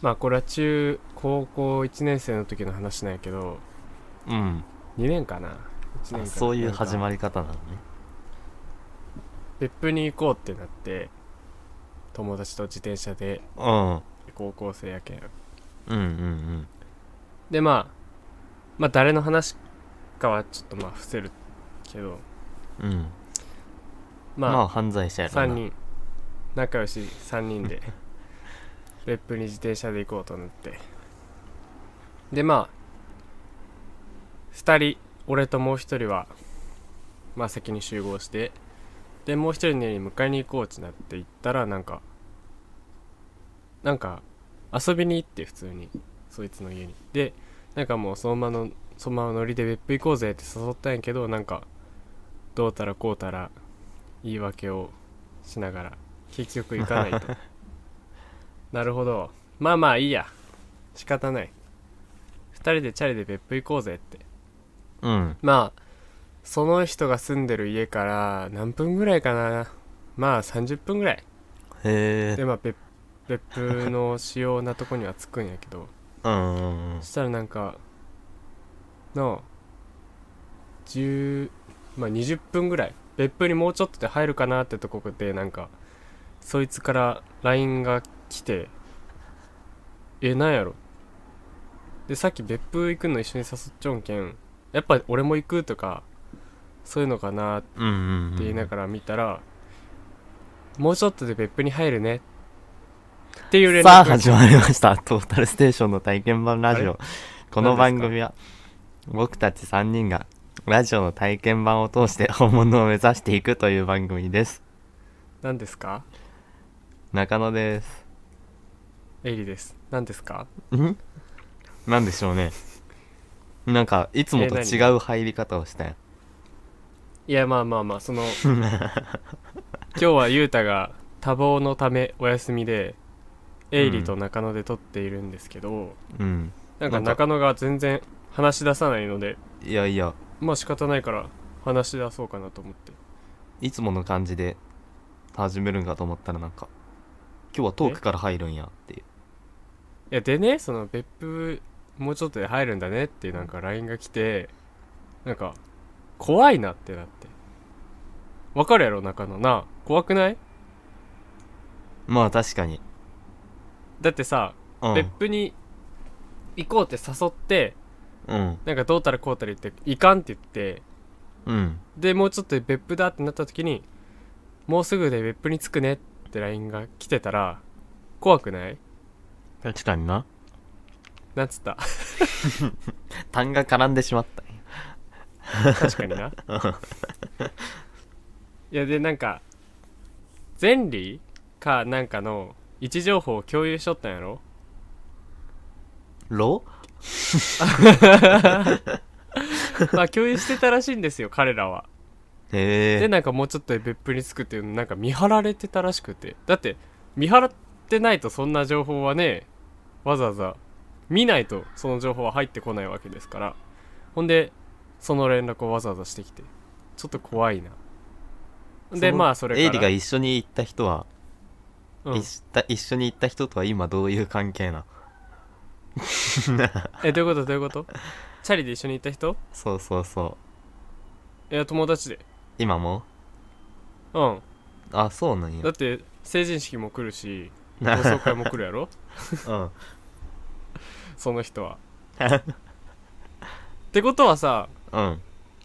まあこれは中高校1年生の時の話なんやけどうん2年かな1年あかそういう始まりり方なのね別府に行こうってなって友達と自転車でうん高校生やけんうんうんでまあまあ誰の話かはちょっとまあ伏せるけどうんうんまあ、まあ、犯罪者やろな3人仲良し3人で別府に自転車で行こうとなってでまあ2人俺ともう1人はまあ先に集合してでもう1人の家に迎えに行こうってなって行ったらなんかなんか遊びに行って普通にそいつの家にでなんかもうそのままのそのままノリで別府行こうぜって誘ったんやけどなんかどうたらこうたら言い訳をしながら結局行かないと なるほどまあまあいいや仕方ない2人でチャリで別府行こうぜってうんまあその人が住んでる家から何分ぐらいかなまあ30分ぐらいへえでまあ別別府の主要なとこには着くんやけどうんうんうんそしたらなんかの10まあ20分ぐらい別府にもうちょっとで入るかなってとこでなんかそいつから LINE が来てえなんやろでさっき別府行くの一緒に誘っちょんけんやっぱ俺も行くとかそういうのかなってうんうんうん言いながら見たら、もうちょっとで別府に入るねっていう連絡さあが来て始まりました トータルステーションの体験版ラジあオこの番組は僕たち3人がラジオの体験版を通して本物を目指していくという番組です何ですか中野ですエイリです何ですかんなんでしょうねなんかいつもとえ違う入り方をしたよいやまあまあまあその 今日はゆうたが多忙のためお休みでエイリと中野で撮っているんですけど、うんなんなかんか中野が全然話し出さないのでいやいやまあ仕方ないから話し出そうかなと思っていつもの感じで始めるんかと思ったらなんか今日はトークから入るんやっていういやでねその別府もうちょっとで入るんだねっていうなんか LINE が来てなんか怖いなってなってわかるやろ中野な怖くないまあ確かにだってさ、うん別府に行こうって誘ってうんなんかどうたらこうたら言って「いかん」って言ってうんでもうちょっとで別府だってなった時に「もうすぐで別府に着くね」って LINE が来てたら怖くない確かにななんつった痰が絡んでしまった確かにないやでなんか前理かなんかの位置情報を共有しとったんやろろまあ共有してたらしいんですよ彼らはへでえなんかもうちょっとで別府に着くっていうのなんか見張られてたらしくてだって見張ってないとそんな情報はねわざわざ見ないとその情報は入ってこないわけですからほんでその連絡をわざわざしてきてちょっと怖いなでまあそれからエイリが一緒に行った人は、うん一緒一緒に行った人とは今どういう関係なえどういうことどういうことチャリで一緒に行った人そうそうそういや友達で今もうんあそうなんだやって成人式も来る し同窓会も来るやろうんその人 はってことはさうん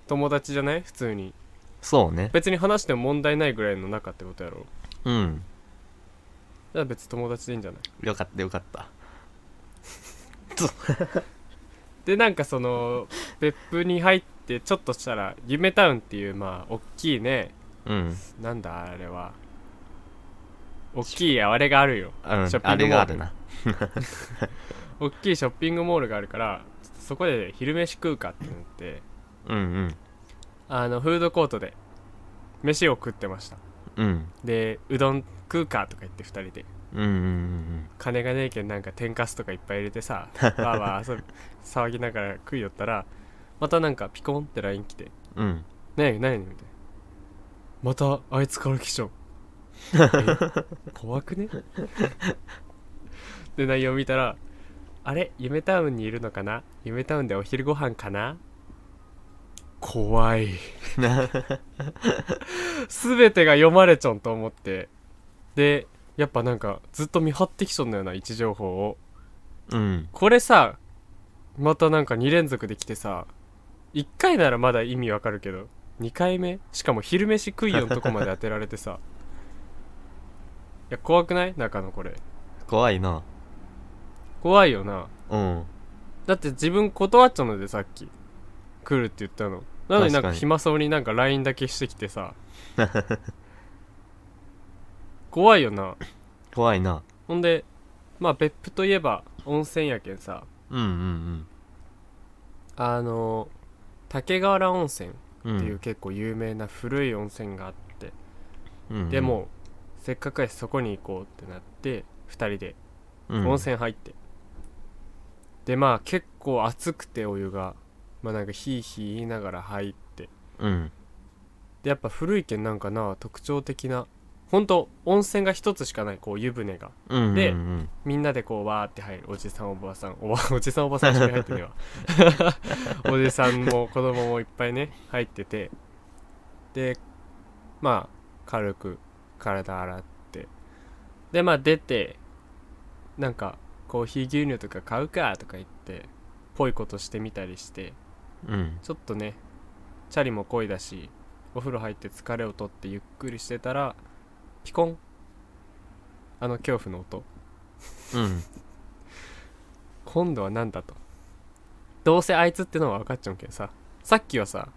友達じゃない普通にそうね別に話しても問題ないぐらいの仲ってことやろうんじゃあ別に友達でいいんじゃないよかったよかったでなんかその別府に入ってちょっとしたら夢タウンっていうまあ大きいねうん、なんだあれは大きいあれがあるようんショッピングモールあれがあるな大きいショッピングモールがあるからちょっとそこで昼飯食うかってなってうんあのフードコートで飯を食ってましたうんうんでうどん食うかとか言って2人でうんうんうん金がねえけんなんか天かすとかいっぱい入れてさわーわー遊び騒ぎながら食いよったらまたなんかピコンって LINE 来てうんうん「ねえ何?」みたいな「またあい つから来ちゃう」え怖くねで内容を見たら「あれ夢タウンにいるのかな夢タウンでお昼ご飯かな?」怖い全てが読まれちゃんと思ってでやっぱなんかずっと見張ってきそうなような位置情報をうんこれさまたなんか2連続できてさ1回ならまだ意味わかるけど2回目しかも昼飯食いよんとこまで当てられてさいや怖くない中のこれ怖いな怖いよなうんだって自分断っちゃうのでさっき来るって言ったのなのになん確かかに暇そうになんか LINE だけしてきてさ 怖いよな怖いなほんでまあ別府といえば温泉やけんさうんうんあの竹瓦温泉うんっていう結構有名な古い温泉があって、うんでもせっかくやしそこに行こうってなって2人でうん温泉入って、でまあ結構熱くてお湯がまあなんかヒーヒー言いながら入ってうんでやっぱ古い県なんかな特徴的なほんと温泉が一つしかないこう湯船がうんうんでうんみんなでこうわーって入るおじさんおばさんおば おじさんおばさんしか入ってねえわ おじさんも子供もいっぱいね入っててでまあ軽く体洗ってでまあ出てなんかコーヒー牛乳とか買うかとか言ってぽいことしてみたりしてうんちょっとねチャリも漕いだしお風呂入って疲れを取ってゆっくりしてたらピコンあの恐怖の音うん今度は何だとどうせあいつってのは分かっちゃうけどささっきはさ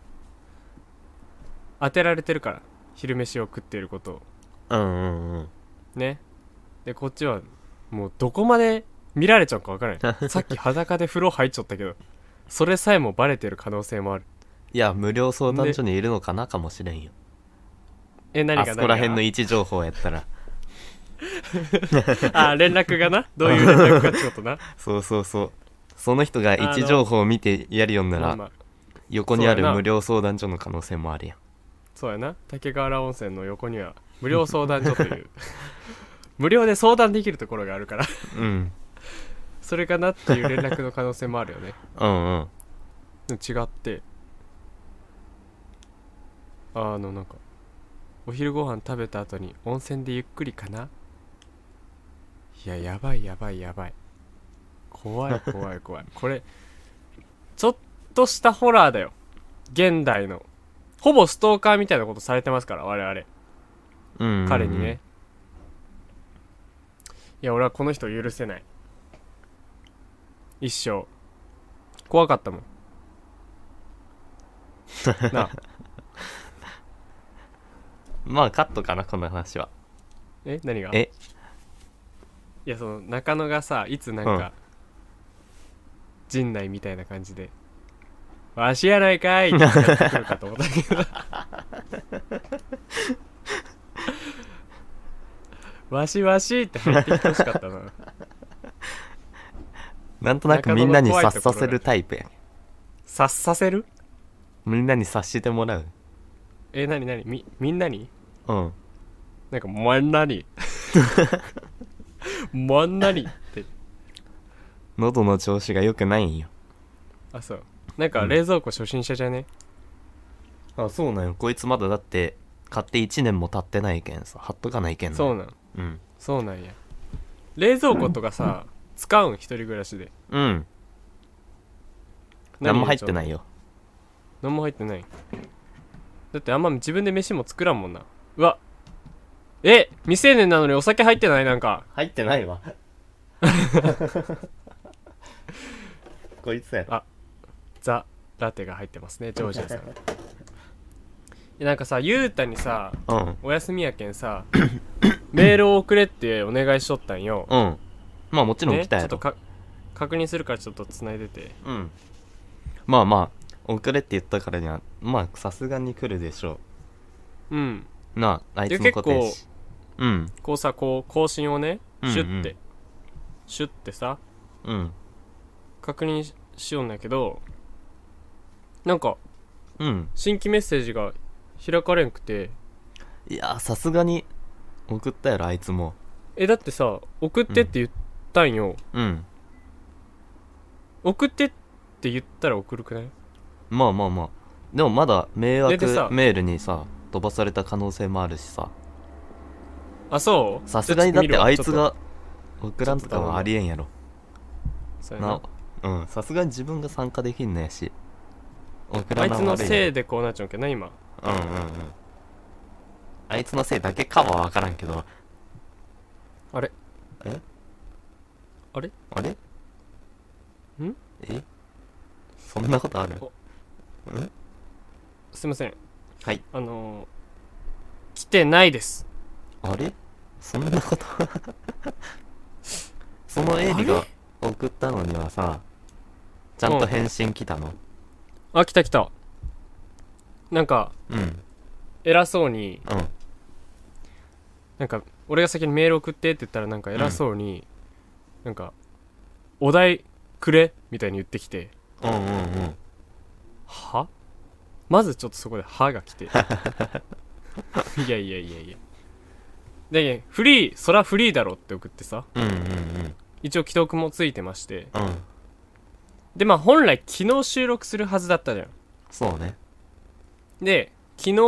当てられてるから昼飯を食っていることをうんうんうんねでこっちはもうどこまで見られちゃうか分から ないさっき裸で風呂入っちゃったけどそれさえもバレてる可能性もあるいや無料相談所にいるのかなかもしれんよえ何あがそ何こら辺のが位置情報やったらあ連絡がなどういう連絡かってことなそうそうそうその人が位あ置の情報を見てやるよん なまあらまあ横にあそうるやな無料相談所の可能性もあるやんそうやな竹瓦温泉の横には無料相談所と いう無料で相談できるところがあるからうんそれかなっていう連絡の可能性もあるよねうんうんでも違ってあのなんかお昼ご飯食べた後に温泉でゆっくりかないややばいやばいやばい怖い怖い怖いこれちょっとしたホラーだよ現代のほぼストーカーみたいなことされてますから我々うんうんうん彼にね、いや俺はこの人を許せない一生怖かった もんなあまあカットかなこの話はえ何がえいやその中野がさいつなんうんか、陣内みたいな感じで「わしやないかい!」ってやってくるかと思ったけ どわしわしって入ってきてほしかったななんとなくみんなに察させるタイプやん察させるみんなに察してもらうえなになにみみんなにうんなんか「もんな に」「もんなに」って喉の調子が良くないんよあそうなんか冷蔵庫初心者じゃね、あそうなんよこいつまだだって買って1年も経ってないけんさ貼っとかないけんねそうなんうんそうなんや冷蔵庫とかさ使うん一人暮らしでうん何も入ってないいよ何も入ってないだってあんま自分で飯も作らんもんなうわえ未成年なのにお酒入ってないなんか入ってないわ こいつやろザ・ラテが入ってますねジョージ アさんいやなんかさゆうたにさうんお休みやけん さメールを送れってお願いしとったんよ、うんまあもちろんね来ちたょやっとろ、か確認するからちょっと繋いでてうんまあまあ遅れって言ったからにはまあさすがに来るでしょうんうなああいでつのことや結しうんこうさこう更新をねうんうんシュッて、シュッてさうん確認ししようんだけどなんかうん新規メッセージが開かれんくていやさすがに送ったやろあいつもえだってさ送ってって言っったんようん送ってって言ったら送るくないまあまあまあでもまだ迷惑だってさメールにさ飛ばされた可能性もあるしさあそうさすがにだってあいつちょっが送らんとかはありえんやろと見ろちょっとそうやななうんさすがに自分が参加できんのやし送あらいなつんはの悪いせいいでこうなっちゃうんけどな今うんうんうんあいつのせいだけかは分からんけどあれえあれあれんえそんなことあるおんすいませんはいあのー、来てないですあれそんなこと そのエイリが送ったのにはさちゃんと返信来たのあ来た来たなんかうんうん偉そうになんか俺が先にメール送ってって言ったらなんか偉そうに、なんかお題くれみたいに言ってきてうんうんうんはまずちょっとそこで「は」が来 ていやいやいやいやでフリーそらフリーだろって送ってさうんうん一応既読もついてましてうんうんでまあ本来昨日収録するはずだったじゃんそうねで昨日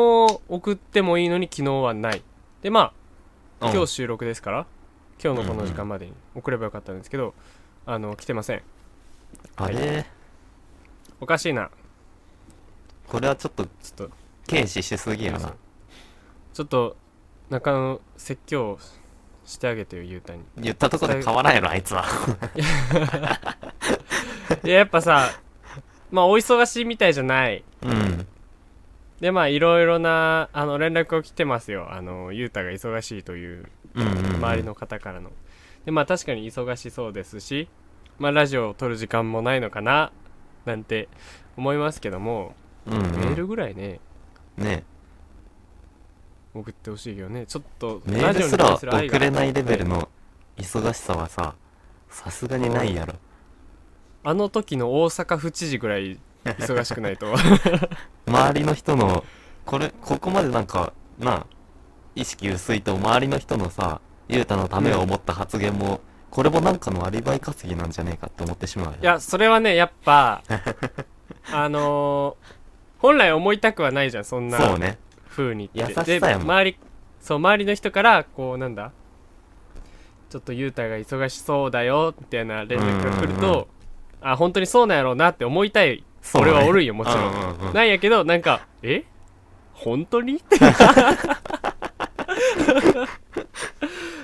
送ってもいいのに昨日はないでまあうん今日収録ですから今日のこの時間までに送ればよかったんですけどあの来てませんあれおかしいなこれはちょっとちょっと軽視しすぎやなちょっと中野説教してあげてよゆうたに言ったとこで変わらんやろあいつはいややっぱさ まあお忙しいみたいじゃないうんでまあいろいろなあの連絡を来てますよあのゆうたが忙しいといううんうん周りの方からの、でまあ確かに忙しそうですしまあラジオを撮る時間もないのかななんて思いますけども、うんうんメールぐらいねね送ってほしいよねちょっとメーラジルオすにら対す送る愛がれないレベルの忙しさはささすがにないやろあの時の大阪府知事ぐら い忙しくないと周りの人のこれここまでなんかなあ意識薄いと周りの人のさ雄太のためを思った発言も、これもなんかのアリバイ稼ぎなんじゃねえかって思ってしまうよいやそれはねやっ ぱあのー本来思いたくはないじゃんそんなそうね風にって優しさやもんで周りそう周りの人からこうなんだちょっと雄太が忙しそうだよみたいな連絡が来るうんうんうんとあ本当にそうなんやろうなって思いたいそうね俺はおるんよもちろん,、うんうんうんなんやけどなんかえ本当 にって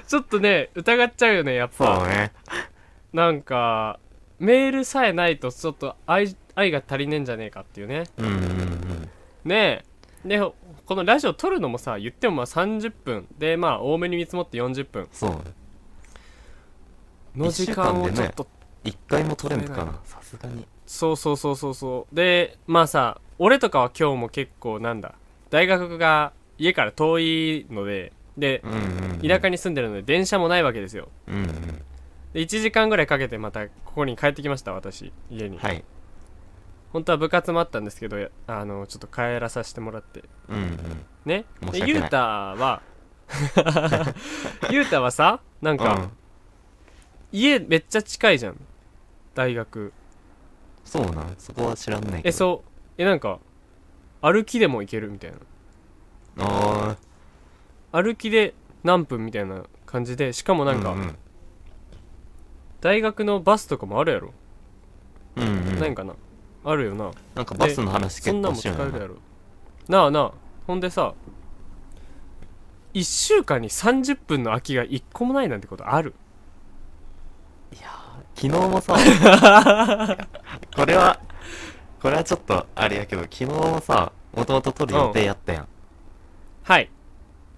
ちょっとね疑っちゃうよねやっそうぱねなんかメールさえないとちょっと愛愛が足りねえんじゃねえかっていうねうんうんうんねえでこのラジオ撮るのもさ言ってもまあ30分でまあ多めに見積もって40分そうの時間を一週間でちょねっと、一回も取れんかなさすがにそうそうそうそうそうでまあさ俺とかは今日も結構なんだ大学が家から遠いのででうんうんうん田舎に住んでるので電車もないわけですようんうんで1時間ぐらいかけてまたここに帰ってきました私家に、はい本当は部活もあったんですけどやあのちょっと帰らさせてもらってうんうんね申しで訳ゆないうた はゆうたはさなんか、うん家めっちゃ近いじゃん大学そうなんそこは知らんねえうそうえなんか歩きでも行けるみたいなあ歩きで何分みたいな感じでしかもなあんか、うんうん大学のバスとかもあるやろ、うんうんないんかなあるよななんかバスの話そんな結ん構もし使よえうよるやろなあなあほんでさ1週間に30分の空きが1個もないなんてことある昨日もさ これはこれはちょっとあれやけど昨日もさもともと撮る予定やったやん、はい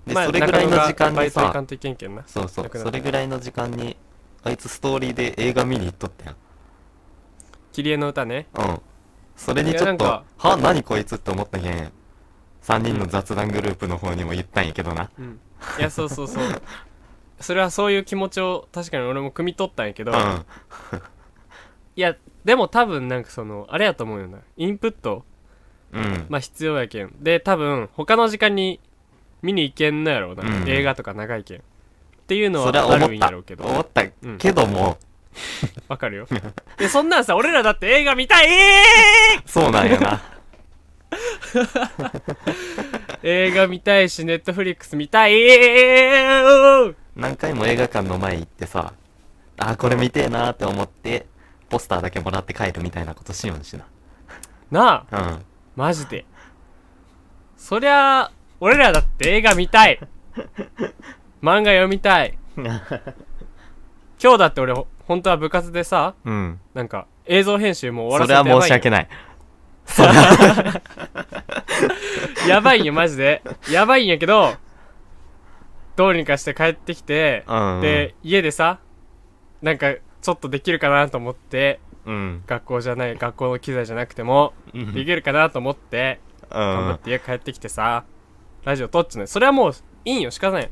で、それぐらいの時間バにイト行かさんといけんけんなそうそうなくなっそたれぐらいの時間にあいつストーリーで映画見に行っとったや切り絵の歌ねんうんそれにいちやなょんっとかは何こいつって思ったけん3人の雑談グループの方にも言ったんやけどなうんいやそうそうそうそれはそういう気持ちを確かに俺も汲み取ったんやけうど、んいやでも多分なんかそのあれやと思うよなインプットうんまあ必要やけんで多分他の時間に見に行けんのやろうな、うん映画とか長いけんっていうのそはれはある思んっやたろうけど思ったうんけども、わかるよでそんなんさ俺らだって映画見 たいそうなんやな映画見たいしネットフリックス見たい何回も映画館の前行ってさあーこれ見てえなーって思ってポスターだけもらって帰るみたいなことしようしななあうんマジでそりゃあ俺らだって映画見た い漫画読みたい今日だって俺ほ本当は部活でさうんなんか映像編集もう終わそらせれはてやばいよ申し訳ないやばいよマジでやばいんやけどどうにかして帰ってきて、うんで家でさなんかちょっとできるかなと思ってうん学校じゃない学校の機材じゃなくてもうんできるかなと思ってう頑張んって家帰ってきてさラジオ撮っちゃうねそれはもういいんよ仕方ない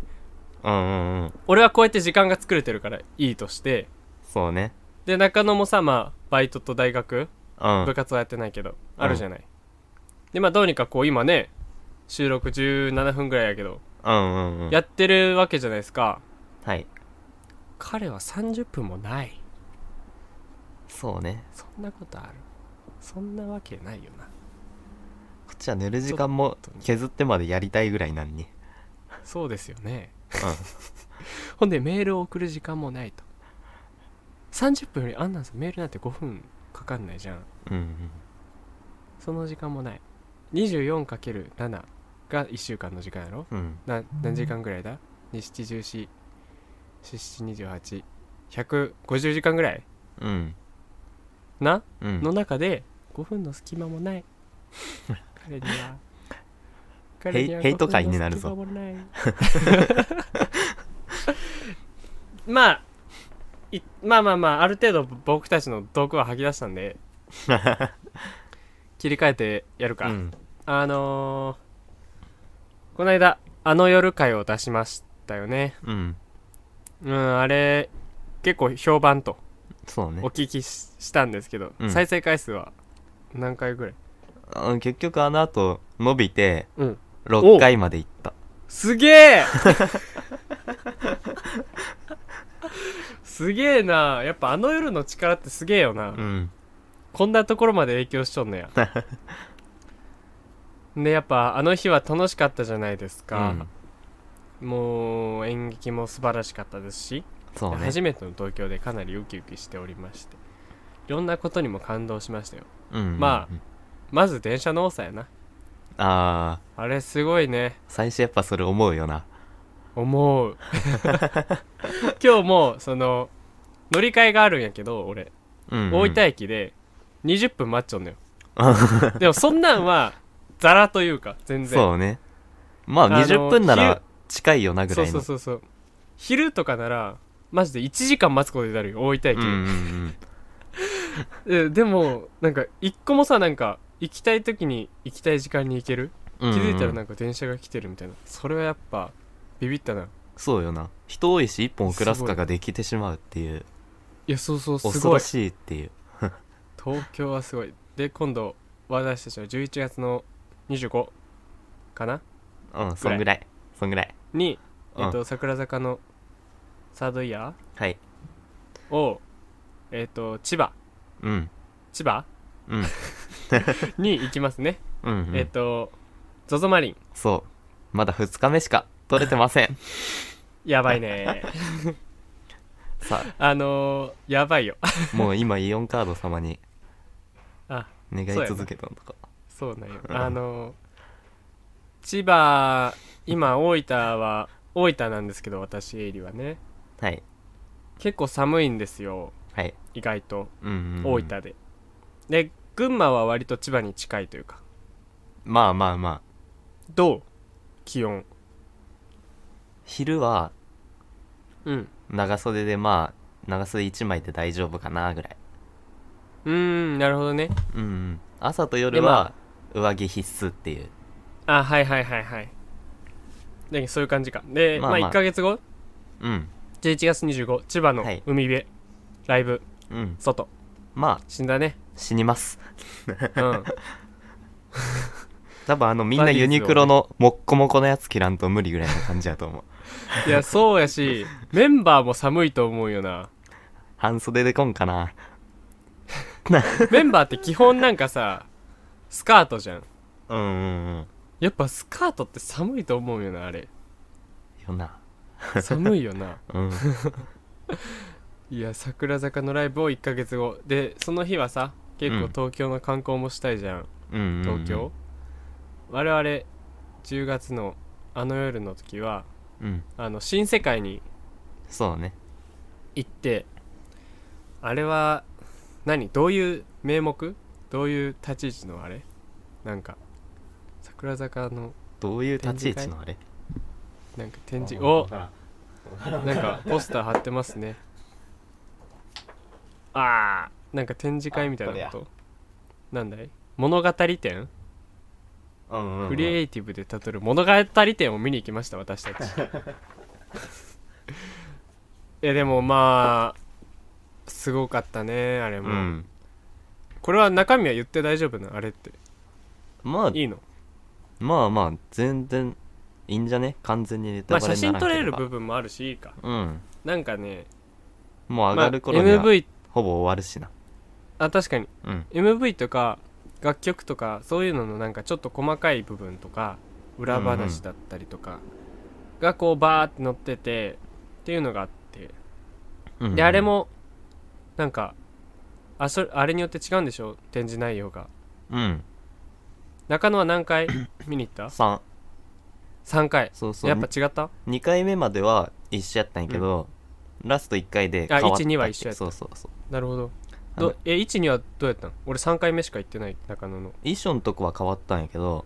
うんうんうん俺はこうやって時間が作れてるからいいとしてそうねで中野もさまあバイトと大学うん部活はやってないけど、あるじゃないでまあどうにかこう今ね収録17分ぐらいやけどうんうんうんやってるわけじゃないですかはい彼は30分もないそうねそんなことあるそんなわけないよなこっちは寝る時間も削ってまでやりたいぐらいなんにそうですよねう ほんでメールを送る時間もないと30分よりあんなんさメールなんて5分かかんないじゃんんうんその時間もない 24×7 が1週間の時間やろうんうんな何時間ぐらいだ2714 4728 150時間ぐらいうんな、うんの中で5分の隙間もない彼 にはヘイヘイト会になるぞ5分の隙間もない まあいまあまあまあある程度僕たちの毒は吐き出したん で切り替えてやるか、うんあのー、この間あの夜会を出しましたよねうんうんあれ結構評判とそうねお聞きししたんですけど、うん再生回数は何回ぐらいあ結局あの後伸びてうん6回まで行ったすげえ すげえなやっぱあの夜の力ってすげえよな、うんこんなところまで影響しちょんの やでやっぱあの日は楽しかったじゃないですか、もう演劇も素晴らしかったですしそうね初めての東京でかなりウキウキしておりましていろんなことにも感動しましたようんままず電車の多さやなああーあれすごいね最初やっぱそれ思うよな思う今日もその乗り換えがあるんやけど俺うん大分駅で20分待っちゃうのよ でもそんなんはザラというか全然そうねまああの20分なら近いよなぐそらういそのうそうそう昼とかならマジで1時間待つことになるよ大分駅、うんうんうんえでもなんか一個もさなんか行きたい時に行きたい時間に行ける気 気づいたらなんか電車が来てるみたいなそれはやっぱビビったなそうよな人多いし一本遅らすかができてしまうっていういやそうそうす恐ごろいしいっていう東京はすごいで今度私たちは11月の25かなうんそんぐらいそんぐらいに、うんえっと桜坂のサードイヤはいーをえっ、と千葉うん千葉うん に行きますね、うんうんえっ、と ZOZO マリンそうまだ2日目しか取れてませ んやばいねさ あのー、やばいよ あもう今イオンカード様にあ願いそうやな続けたのとかそうなんようんあの千葉今大分は大分なんですけど私エイリはねはい結構寒いんですよはい意外とうんうんうん大分で、で群馬は割と千葉に近いというかまあまあまあどう気温昼はうん長袖でまあ長袖1枚で大丈夫かなぐらいうーんなるほどねうんうん朝と夜でまは上着必須っていうあはいはいはいはいでそういう感じかでままあ、あまあ1ヶ月後うん11月25千葉のはい海辺、ライブうん外まあ死んだね死にますうん 多分あのみんなユニクロのもっこもこのやつ着らんと無理ぐらいの感じやと思ういやそうやしメンバーも寒いと思うよな半袖でこんかな。メンバーって基本なんかさスカートじゃんうんうんうん。やっぱスカートって寒いと思うよなあれよな。寒いよな うん。いや桜坂のライブを1ヶ月後でその日はさ結う構ん東京の観光もしたいじゃん、うんうんうん東京、我々10月のあの夜の時はうん。あの新世界にそうね。行ってあれは何どういう名目どういう立ち位置のあれなんか桜坂のどういう立ち位置のあれなんか展示おあなんかポスター貼ってますねああなんか展示会みたいなことなんだい物語展うんうんうん。クリエイティブでたとる物語展を見に行きました私 たちいやでもまあすごかったねあれうも、ん。これは中身は言って大丈夫なのあれってまあ、いいのまあまあ、全然いいんじゃね完全にネタまバあレ写真撮れる分部分もあるしいいかうん。なんかねもう上がる頃にまあは MV ほぼ終わるしな。あ確かにうん。 MV とか楽曲とかそういうののなんかちょっと細かい部分とか裏話だったりとかがこうバーって載っててっていうのがあってうんであれ、もなんかあそあれによって違うんでしょ展示内容がうん。中野は何 回見に行った3。 3回そうそう。やっぱ違った2回目までは一緒やったんやけど、ラスト1回であ変わった1 2は一緒やったそうそうそうなるほどあのどえ12はどうやったの俺3回目しか行ってない中野の衣装のとこは変わったんやけど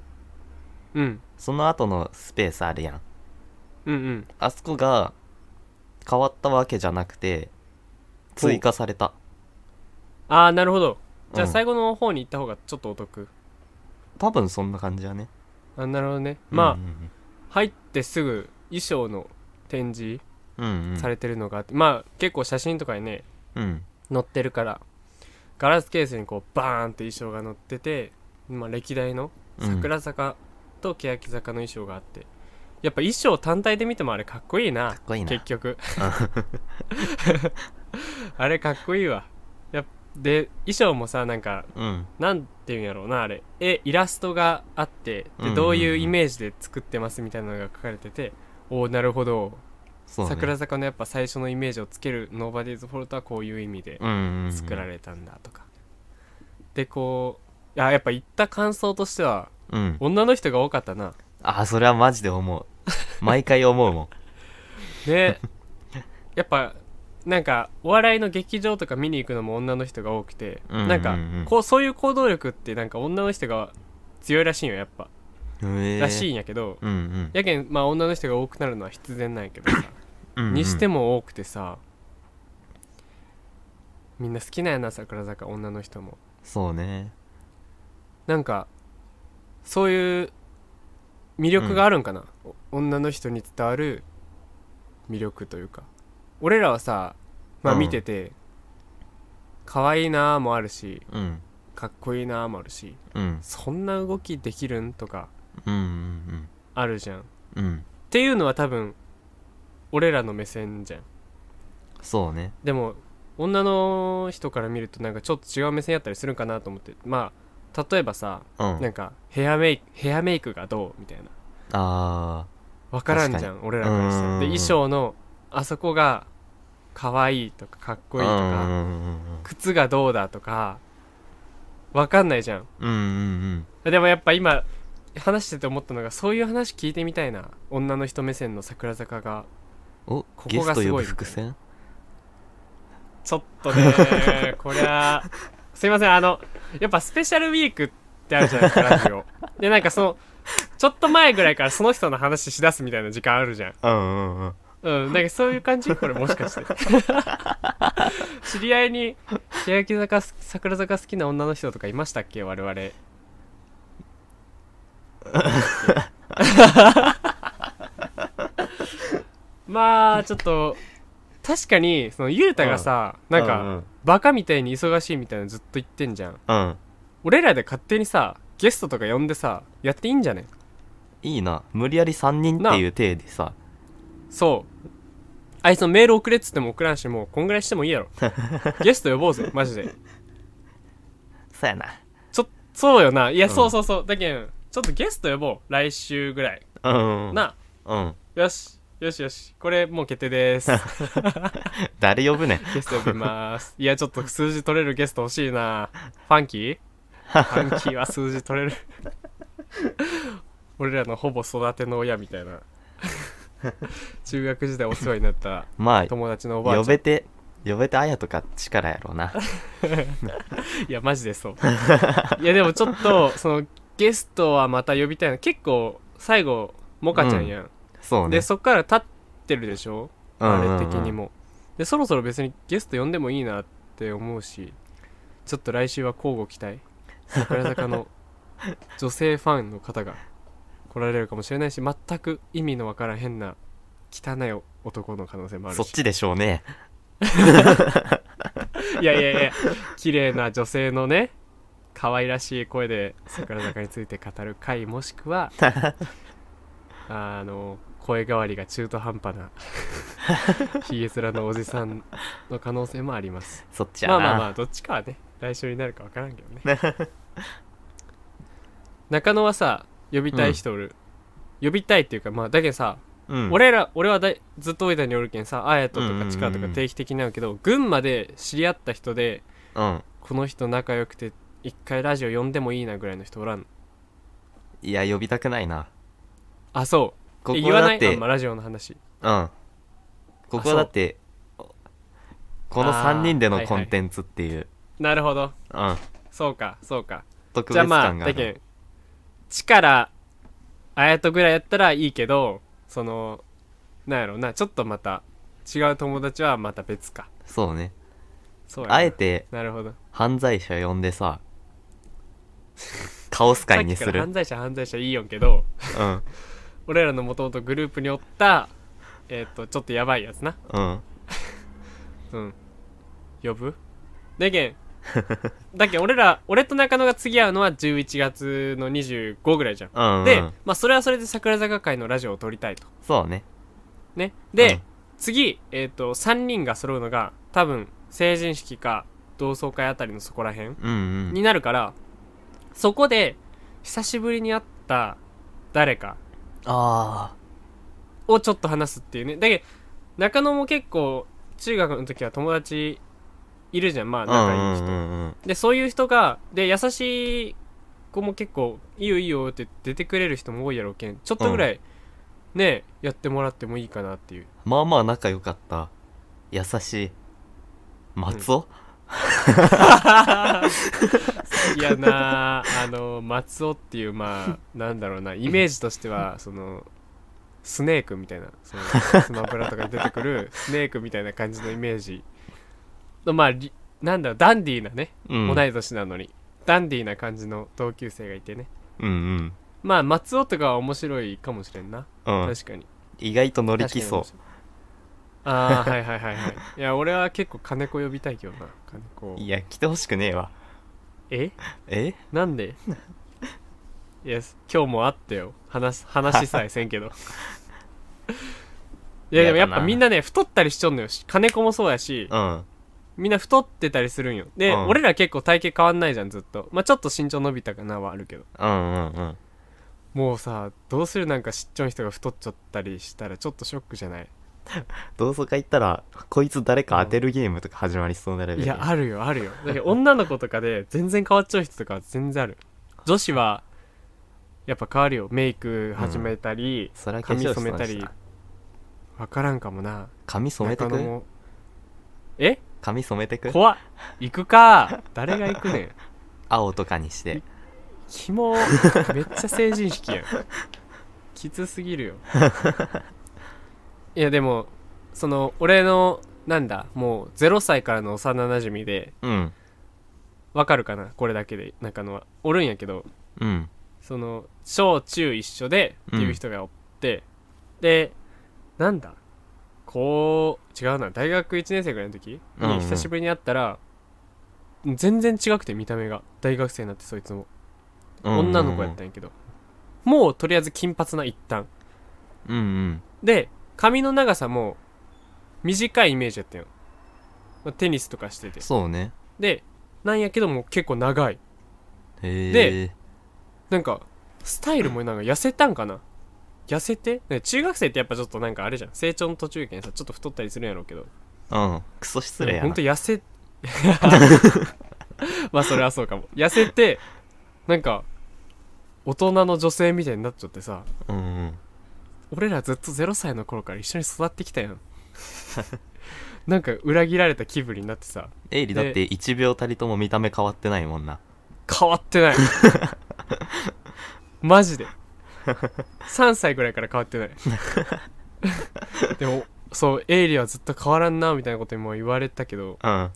うんその後のスペースあるやんうんうんあそこが変わったわけじゃなくてほう追加されたああなるほどじゃあうん最後の方に行った方がちょっとお得、多分そんな感じやねあなるほどねまあ、うん入ってすぐ衣装の展示うんうん、うんうんされてるのがあって、まあ結構写真とかにねうん載ってるからガラスケースにこうバーンって衣装が載ってて、まあ、歴代の桜坂と欅坂の衣装があって、やっぱ衣装単体で見てもあれかっこいいなかっこいいな結 局 あれかっこいいわやっで衣装もさなんかうんなんていうんやろうなあれ絵イラストがあってうんうんでうんどういうイメージで作ってますみたいなのが書かれてて、おおなるほど、そう、ね、桜坂のやっぱ最初のイメージをつける「Nobody's Fault」はこういう意味でうんうんうん作られたんだとか、でこうあやっぱ言った感想としてはうん女の人が多かったなあそれはマジで思う毎回思うもん でやっぱなんかお笑いの劇場とか見に行くのも女の人が多くて、うんうんうんなんかこうそういう行動力ってなんか女の人が強いらしいんよやっぱ、へえらしいいんやけど、うんうんやけんまあ女の人が多くなるのは必然なんやけどさうんうんにしても多くてさみんな好きなんやな桜坂女の人もそうねなんかそういう魅力があるんかな、お女の人に伝わる魅力というか俺らはさまあうん見てて、可愛いなーもあるしうんかっこいいなーもあるしうんそんな動きできるんとかうんうんあるじゃんっうんうんていうのは多分俺らの目線じゃんそうねでも女の人から見るとなんかちょっと違う目線やったりするんかなと思ってまあ例えばさうんなんかヘアメイクヘアメイクがどうみたいなあ分からんじゃん俺らからしたうんらで衣装のあそこが可愛いとかかっーこいいとうんうかんうん靴がどうだとか分かんないじゃんうんうんでもやっぱ今話してて思ったのがそういう話聞いてみたいな女の人目線の桜坂がうんおこゲがストす呼ごぶい伏線ちょっと ねこりゃすいませんあのやっぱスペシャルウィークってあるじゃないですかラジオでなんかそのちょっと前ぐらいからその人の話しだすみたいな時間あるじゃんうんうんうんうんなんかそういう感じこれもしかして 知り合いに欅坂桜坂好きな女の人とかいましたっけ我 々まあちょっと確かにそのゆうたがさ、なんか、バカみたいに忙しいみたいなのずっと言ってんじゃんうんうん俺らで勝手にさゲストとか呼んでさやっていいんじゃねいいな無理やり3人っていう体でさそうあいつのメール送れっつっても送らんしもうこんぐらいしてもいい やろゲスト呼ぼうぜマジでそうやなちょそうよないや、うんそうそうそうだけんちょっとゲスト呼ぼう来週ぐらい、うんうんなうんよしよしよしこれもう決定です 誰呼ぶねんゲスト呼びますいやちょっと数字取れるゲスト欲しいなファンキーファンキーは数字取れる俺らのほぼ育ての親みたいな中学時代お世話になったま あ友達のおばあちゃん呼べて呼べてあやとか力やろうな いやマジでそういやでもちょっとそのゲストはまた呼びたいな結構最後モカちゃんやん、そうねでそっから立ってるでしょ、うんうんうんあれ的にもでそろそろ別にゲスト呼んでもいいなって思うしちょっと来週は交互期待桜坂 の女性ファンの方が来られるかもしれないし全く意味のわからん変な汚い男の可能性もあるしそっちでしょうね いやいやいや綺麗な女性のね可愛らしい声で桜坂について語る回もしく はあの声変わりが中途半 端なひげ面のおじさんの可能性もありますそっちやまなあまあまあどっちかはね来週になるか分からんけど ね中野はさ呼びたい人おる、呼びたいっていうかまあだけどさ、うん、俺ら俺はだいずっと大分におるけんさあやとうんうとんうんかうんちかとか定期的になるけど、群馬で知り合った人でうんこの人仲良くて一回ラジオ呼んでもいいなぐらいの人おらんいや呼びたくないなあそうこえこ言わはなだっいてあ、まあ、ラジオの話うんここはだってこの3人でのコンテンツっていう、なるほどうんそうかそうか特じゃあ別まあ感があだるけん力あやとぐらいやったらいいけどそのなんやろうなちょっとまた違う友達はまた別かそうねそうやなあえてなるほど犯罪者呼んでさカオスさっ会にきすからる犯罪者犯罪者いいよんけどうん俺らのもともとグループにおったえっ、とちょっとやばいやつなうんうん呼ぶでけん だけん俺ら俺と中野が次会うのは11月の25ぐらいじゃん、うん、うん、で、まあ、それはそれで桜坂会のラジオを撮りたいとそうねねで、うん次、えっと3人が揃うのが多分成人式か同窓会あたりのそこら辺うんうんになるから、そこで久しぶりに会った誰かあをちょっと話すっていうねだけど中野も結構中学の時は友達いるじゃんまああ仲いい人、うんうんうんでそういう人がで優しい子も結構「いいよいいよ」って出てくれる人も多いやろうけんちょっとぐらい、ねやってもらってもいいかなっていうまあまあ仲良かった優しい松尾、いやな ああの松尾っていうまあなんだろうなイメージとしてはそのスネークみたいなそのスマブラとかに出てくるスネークみたいな感じのイメージのまありなんだろうダンディーなね、うん同い年なのにダンディーな感じの同級生がいてねうんうんまあ松尾とかは面白いかもしれんな、うん確かに意外と乗り気そう確かにああはいはいはい はいいや俺は結構金子呼びたいけどな金子いや来てほしくねえわええなんでいや今日もあったよ話す話さえせん けどいやでもやっやだぱなみんなね太ったりしちょんのよし金子もそうやしうんみんな太ってたりするんよで、うん俺ら結構体型変わんないじゃんずっとまあちょっと身長伸びたかなはあるけどうんうんうんもうさどうするなんかしっちょん人が太っちゃったりしたらちょっとショックじゃない同窓会行ったらこいつ誰か当てるゲームとか始まりそうなレベルいやあるよあるよだけど女の子とかで全然変わっちゃう人とかは全然ある女子はやっぱ変わるよメイク始めたり、それは化髪粧室染めの話だたり分からんかもな髪染めて中野くもえ髪染めてく怖っ行くか誰が行くねん青とかにしてキモめっちゃ成人式やんきつすぎるよいやでもその俺のなんだもう0歳からの幼なじみでうんわかるかなこれだけで中野はおるんやけどうんその小中一緒でっていう人がおって、でなんだこう違うな大学1年生ぐらいの時うんうんに久しぶりに会ったら、全然違くて見た目が大学生になってそいつも女の子やったんやけど、もうとりあえず金髪な一旦うんうんで髪の長さも短いイメージやったよ、まあテニスとかしててそうねでなんやけども結構長いへえでなんかスタイルもなんか痩せたんかな痩せてなんか中学生ってやっぱちょっとなんかあれじゃん成長の途中やけんさちょっと太ったりするんやろうけどうんクソ失礼やほなんと痩せ まあそれはそうかも痩せてなんか大人の女性みたいになっちゃってさうんうん俺らずっと0歳の頃から一緒に育ってきた やんなんか裏切られた気分になってさエイリだって1秒たりとも見た目変わってないもんな変わってないマジで3歳ぐらいから変わってないでもそうエイリはずっと変わらんなみたいなことにも言われたけどうん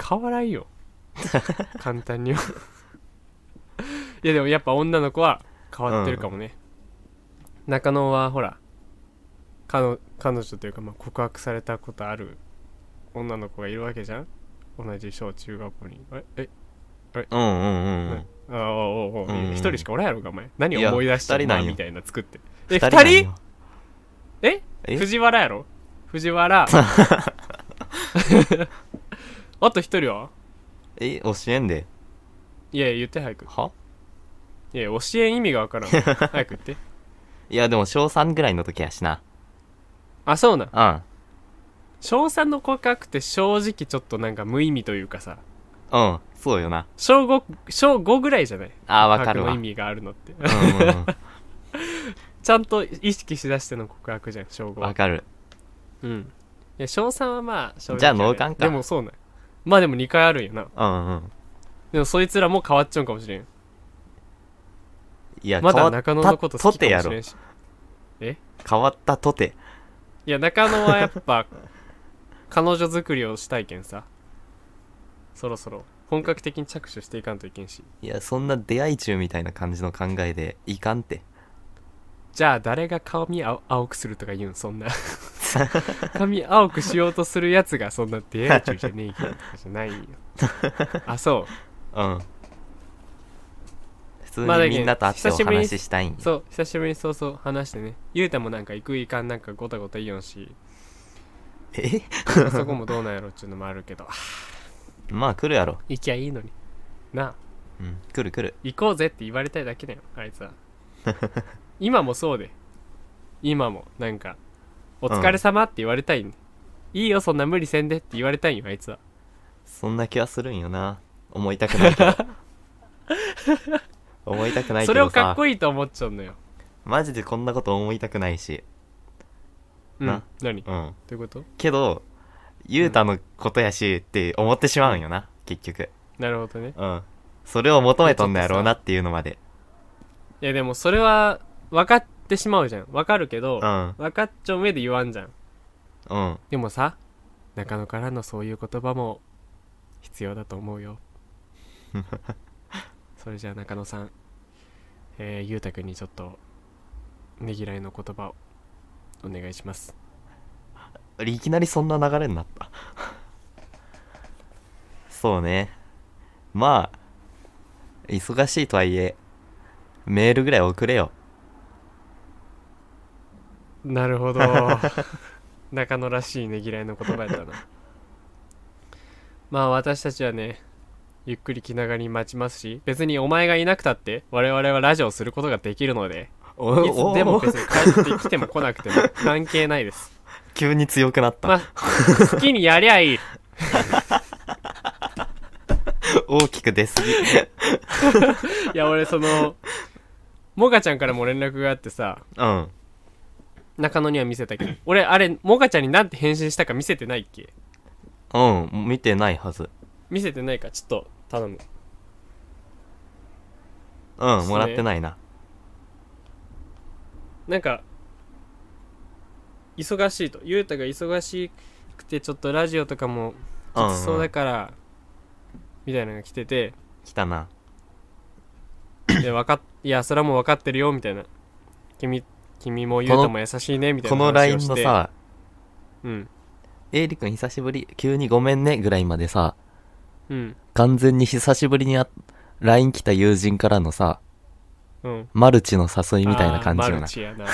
変わらんよ簡単にはいやでもやっぱ女の子は変わってるかもね、中野はほら彼女彼女というかまあ告白されたことある女の子がいるわけじゃん同じ小中学校にあれえうんうんうんうんああおうおうおううん一人しかおらんやろかお前何を思い出したいや二人なんよみたいな作ってえ二二人なんよええ藤原やろ藤原あと一人はえ教えんでいやいや言って早くはいや教えん意味がわからん早く言っていやでも小3ぐらいの時やしなあそうなんうん小3の告白って正直ちょっとなんか無意味というかさうんそうよな小 5, 小5ぐらいじゃないあーわかる告わ白の意味があるのってうんうんちゃんと意識しだしての告白じゃん小 う5んわはかるうんいや小3はまあ正直じゃあ脳幹かでもそうなんまあでも2回あるんよなうんうんでもそいつらも変わっちゃうかもしれんいやま変だわっ中野のことた好きとかてやもしろれんし変わったとていや中野はやっぱ 彼女作りをしたいけんさそろそろ本格的に着手していかんといけんしいやそんな出会い中みたいな感じの考えでいかんってじゃあ誰が髪あ青くするとか言うんそんな 髪青くしようとするやつがそんな出会い中じゃねえけどとかじゃないよ あそうん普通まあだけにどみんなと会ってお久しぶりに話ししたいんようそう久しぶりにそうそう話してねゆうたもなんか行く行かんなんかごたごた言うんし えそこもどうなんやろっちゅうのもあるけどあまあ来るやろ行きゃいいのになあうん来る来る行こうぜって言われたいだけだよあいつは今もそうで今もなんか「お疲れ様って言われたいんで、いいよそんな無理せんで」って言われたいんよあいつはそんな気はするんよな思いたくな いけど思いたくないけどさそれをかっこいいと思っちゃうのよマジでこんなこと思いたくないしうんな何どうんういうことけど雄太のことやしって思ってしまうんよな結局なるほどねうんそれを求めとんだやろうなっていうのまでいやでもそれは分かってしまうじゃん分かるけど、うん分かっちゃう上で言わんじゃんうんでもさ中野からのそういう言葉も必要だと思う よそれじゃあ中野さんえー、ゆうたくんにちょっとねぎらいの言葉をお願いしますいきなりそんな流れになった そうねまあ忙しいとはいえメールぐらい送れよなるほど 中野らしいねぎらいの言葉やったなまあ私たちはねゆっくり気長に待ちますし別にお前がいなくたって我々はラジオをすることができるのでおいつでもお別に帰ってきても来なくても関係ないです急に強くなった、まあ、好きにやりゃいい。大きく 出すぎいや、俺、その、モカちゃんからも連絡があってさ、うん中野には見せたけど、俺、あれ、モカちゃんになんて返信したか見せてないっけうん見てないはず見せてないか、ちょっと頼む。うすんねもらってないななんか、忙しいと。ゆうたが忙しくて、ちょっとラジオとかも、ちょっとそうだから、みたいなのが来てて、来たなで、わかっ、いや、それはもう分かってるよ、みたいな。君、君もゆうたも優しいね、みたいこなの話 LINE をして。のさうん。 「エイリ君久しぶり急にごめんね」ぐらいまでさうん。完全に久しぶりにあ LINE 来た友人からのさうんマルチの誘いみたいな感じあーよマルなチやな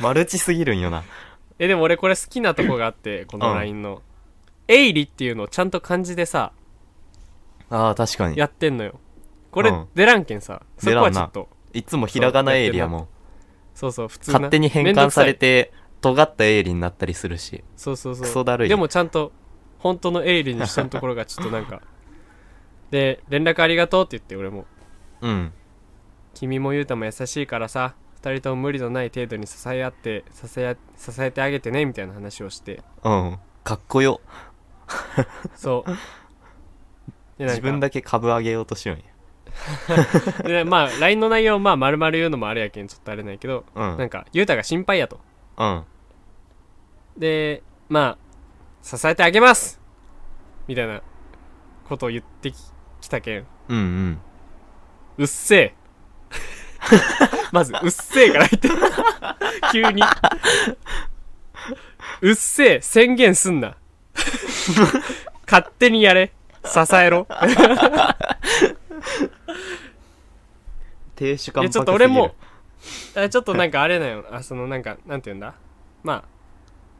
マルチすぎるんよなえでも俺これ好きなとこがあ ってこの LINE の「エイリ」っていうのをちゃんと漢字でさあー確かにやってんのよこれうん出らんけんさそこはちょっといつもひらがなエイリアもそうそう普通な勝手に変めんど換くささいれて尖ったエイリになったりするしそうそうそうクソだるいでもちゃんと本当のエイリにしとるところがちょっと なんかで連絡ありがとうって言って俺もうん君もゆうたも優しいからさ二人とも無理のない程度に支え合って支え支えてあげてねみたいな話をしてうんかっこよそうでなんか自分だけ株上げようとしようんやでまあ LINE の内容をまあ丸々言うのもあれやけんちょっとあれないけど、うんなんかゆうたが心配やとうんでまあ支えてあげますみたいなことを言ってききたけんうんうんうっせえ まず「うっせえ」から言って 急に「うっせえ」宣言すん な勝手にやれ支えろ亭主い関やちょっ白すぎると俺もあちょっとなんかあれなよあそのなんかなんて言うんだまあ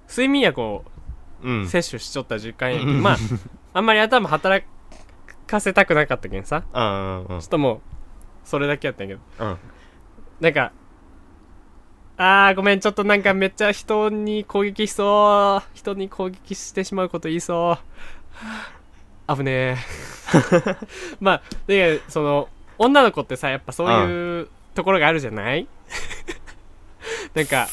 睡眠薬をうん摂取しちょった時間やけど、うんまああんまり頭働かせたくなかったけんさうんうんうんちょっともうそれだけやったんやけどうんなんか、あーごめん、ちょっとなんかめっちゃ人に攻撃しそう。人に攻撃してしまうこと言いそうはあ。危ね え。まあ、で、その、女の子ってさ、やっぱそういうところがあるじゃない なんか、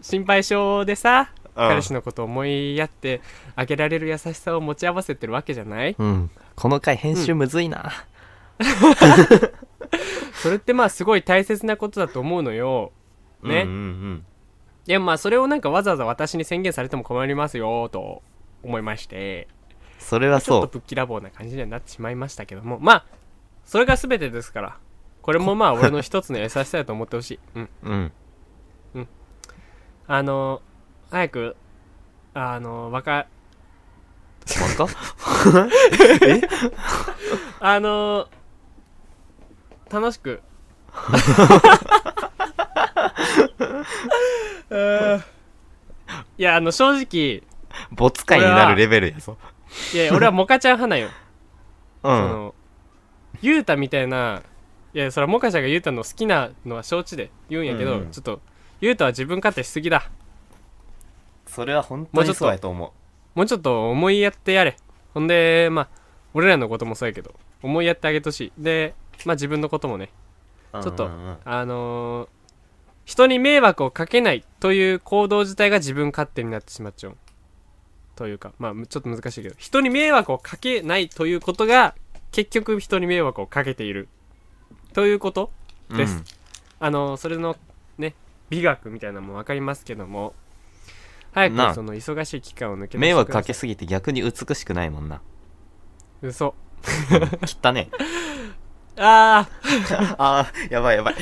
心配性でさ、彼氏のことを思いやって、あげられる優しさを持ち合わせてるわけじゃないうんこの回編集むずいなそれってまあすごい大切なことだと思うのよ。ね。うんうんでもまあそれをなんかわざわざ私に宣言されても困りますよと思いましてそれはちょっそとうぶっきらぼうな感じにはなってしまいましたけどもまあそれが全てですからこれもまあ俺の一つの優しさだと思ってほしい、うん、うんあの早くあのわか若っあの楽し く あーいやあの正直没回になるレベルやぞいや俺はモカちゃん派なんようそんのユータみたいないやそれはモカちゃんがユータの好きなのは承知で言うんやけど、うんちょっとユータは自分勝手しすぎだそれは本当にそうやと思もうちょっと思いやってやれほんでまあ俺らのこともそうやけど思いやってあげてほしいでまあ自分のこともねうちょっとうんうんうんあのー人に迷惑をかけないという行動自体が自分勝手になってしまっちゃうというかまあちょっと難しいけど人に迷惑をかけないということが結局人に迷惑をかけているということですうんあのそれのね美学みたいなのも分かりますけども早なくあその忙しい期間を抜け出して迷惑かけくすぎて逆に美しくないもんなださい嘘切ったねあ あーやばいやばい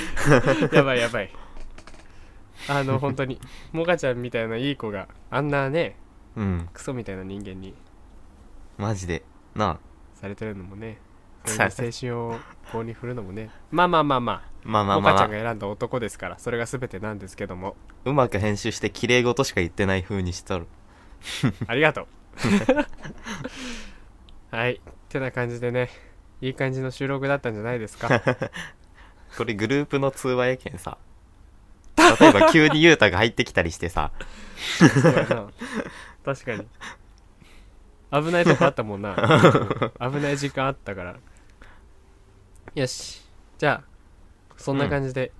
あやばいやばいあの本当 にモカちゃんみたいないい子があんなねうんクソみたいな人間にマジでなあされてるのもねそういう青春を棒に振るのもねまあまあまあまあまあまあモまカあちまゃあんが選んだ男ですからそれが全てなんですけど もうまく編集して綺麗事しか言ってない風にしとるありが とうはいてな感じでねいい感じの収録だったんじゃないですかこれグループの通話やけん さ例えば急にユータが入ってきたりしてさそうやな確かに危ないとこあったも んなうん危ない時間あったからよしじゃあそんな感じで、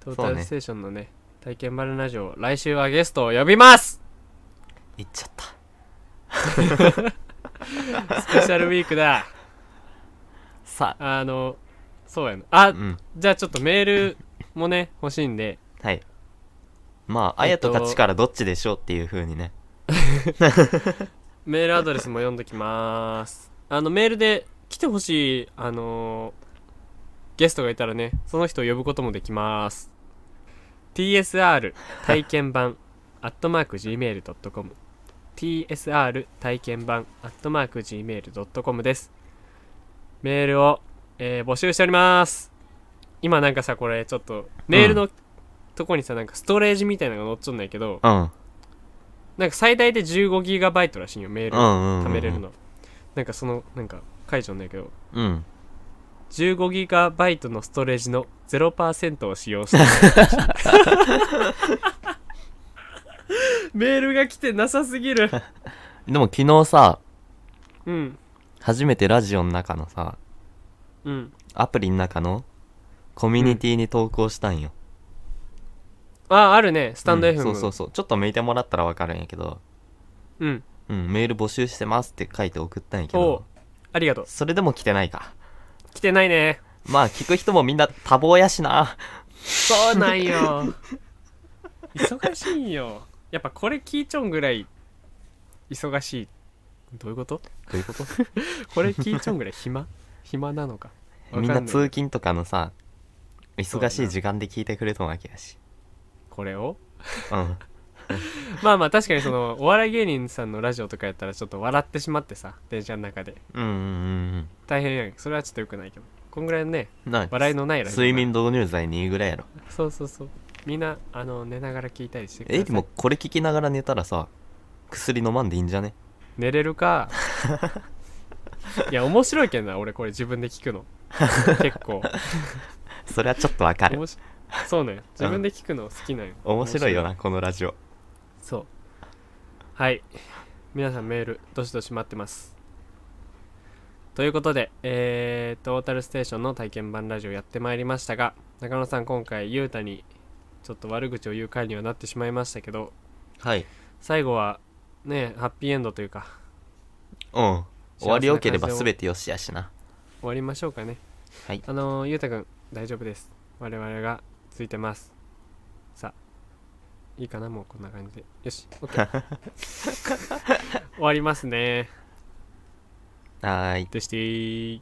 トータそうルねステーションのね体験バルラジオ来週はゲストを呼びます言っちゃったスペシャルウィークださああのそうやなあ、うんじゃあちょっとメールもね欲しいんではいまああえっやとと勝ちからどっちでしょうっていう風にねメールアドレスも読んどきますあのメールで来てほしいあのーゲストがいたらねその人を呼ぶこともできます TSR 体験版アットマーク Gmail.com TSR 体験版アットマーク Gmail.com ですメールを、えー募集しております今なんかさこれちょっとメールのとこにさなんかストレージみたいなのが載っちょんないけどうんなんか最大で 15GB らしいんよメールうをんうんうん貯めれるのなんかそのなんか書いちゃうんだけどうん 15GB のストレージの0%を使用したらしいメールが来てなさすぎるでも昨日さうん初めてラジオの中のさうんアプリの中のコミュニティに投稿したんよ、ああるねスタンドうん FM そうそうそうちょっと見てもらったらわかるんやけど、うんうん、メール募集してますって書いて送ったんやけおうどありがとうそれでも来てないか来てないねまあ聞く人もみんな多忙やしな そうなんよ忙しいんよやっぱこれ聞いちょんぐらい忙しいどういうことどういうことこれ聞いちょんぐらい暇暇な のかわかみんんなない通勤とかのさ忙しそうやいな時間で聞いてくれとんわけやしこれをうんまあまあ確かにそのお笑い芸人さんのラジオとかやったらちょっと笑ってしまってさ電車の中でうんうん大変やんそれはちょっとよくないけどこんぐらいのねうん な笑いのないラジオ睡眠導入剤にいいぐらいやろそうそうそうみんなあの寝ながら聞いたりしてくだえさいでもこれ聞きながら寝たらさ薬飲まんでいいんじゃね寝れる かいや面白いけんな俺これ自分で聞くの結 構それはちょっとわかる面白そうね自分で聞くの好きなんよ面白いよなこのラジオそうはい皆さんメールどしどし待ってますということでえー、トータルステーションの体験版ラジオやってまいりましたが中野さん今回ゆうたにちょっと悪口を言う回にはなってしまいましたけどはい最後はねハッピーエンドというかうん終わりよければ幸せな感じで全てよしやしな終わりましょうかねはいあのー、ゆうたくん大丈夫です我々がついてますさあいいかなもうこんな感じでよし OK 終わりますねはーいでしてー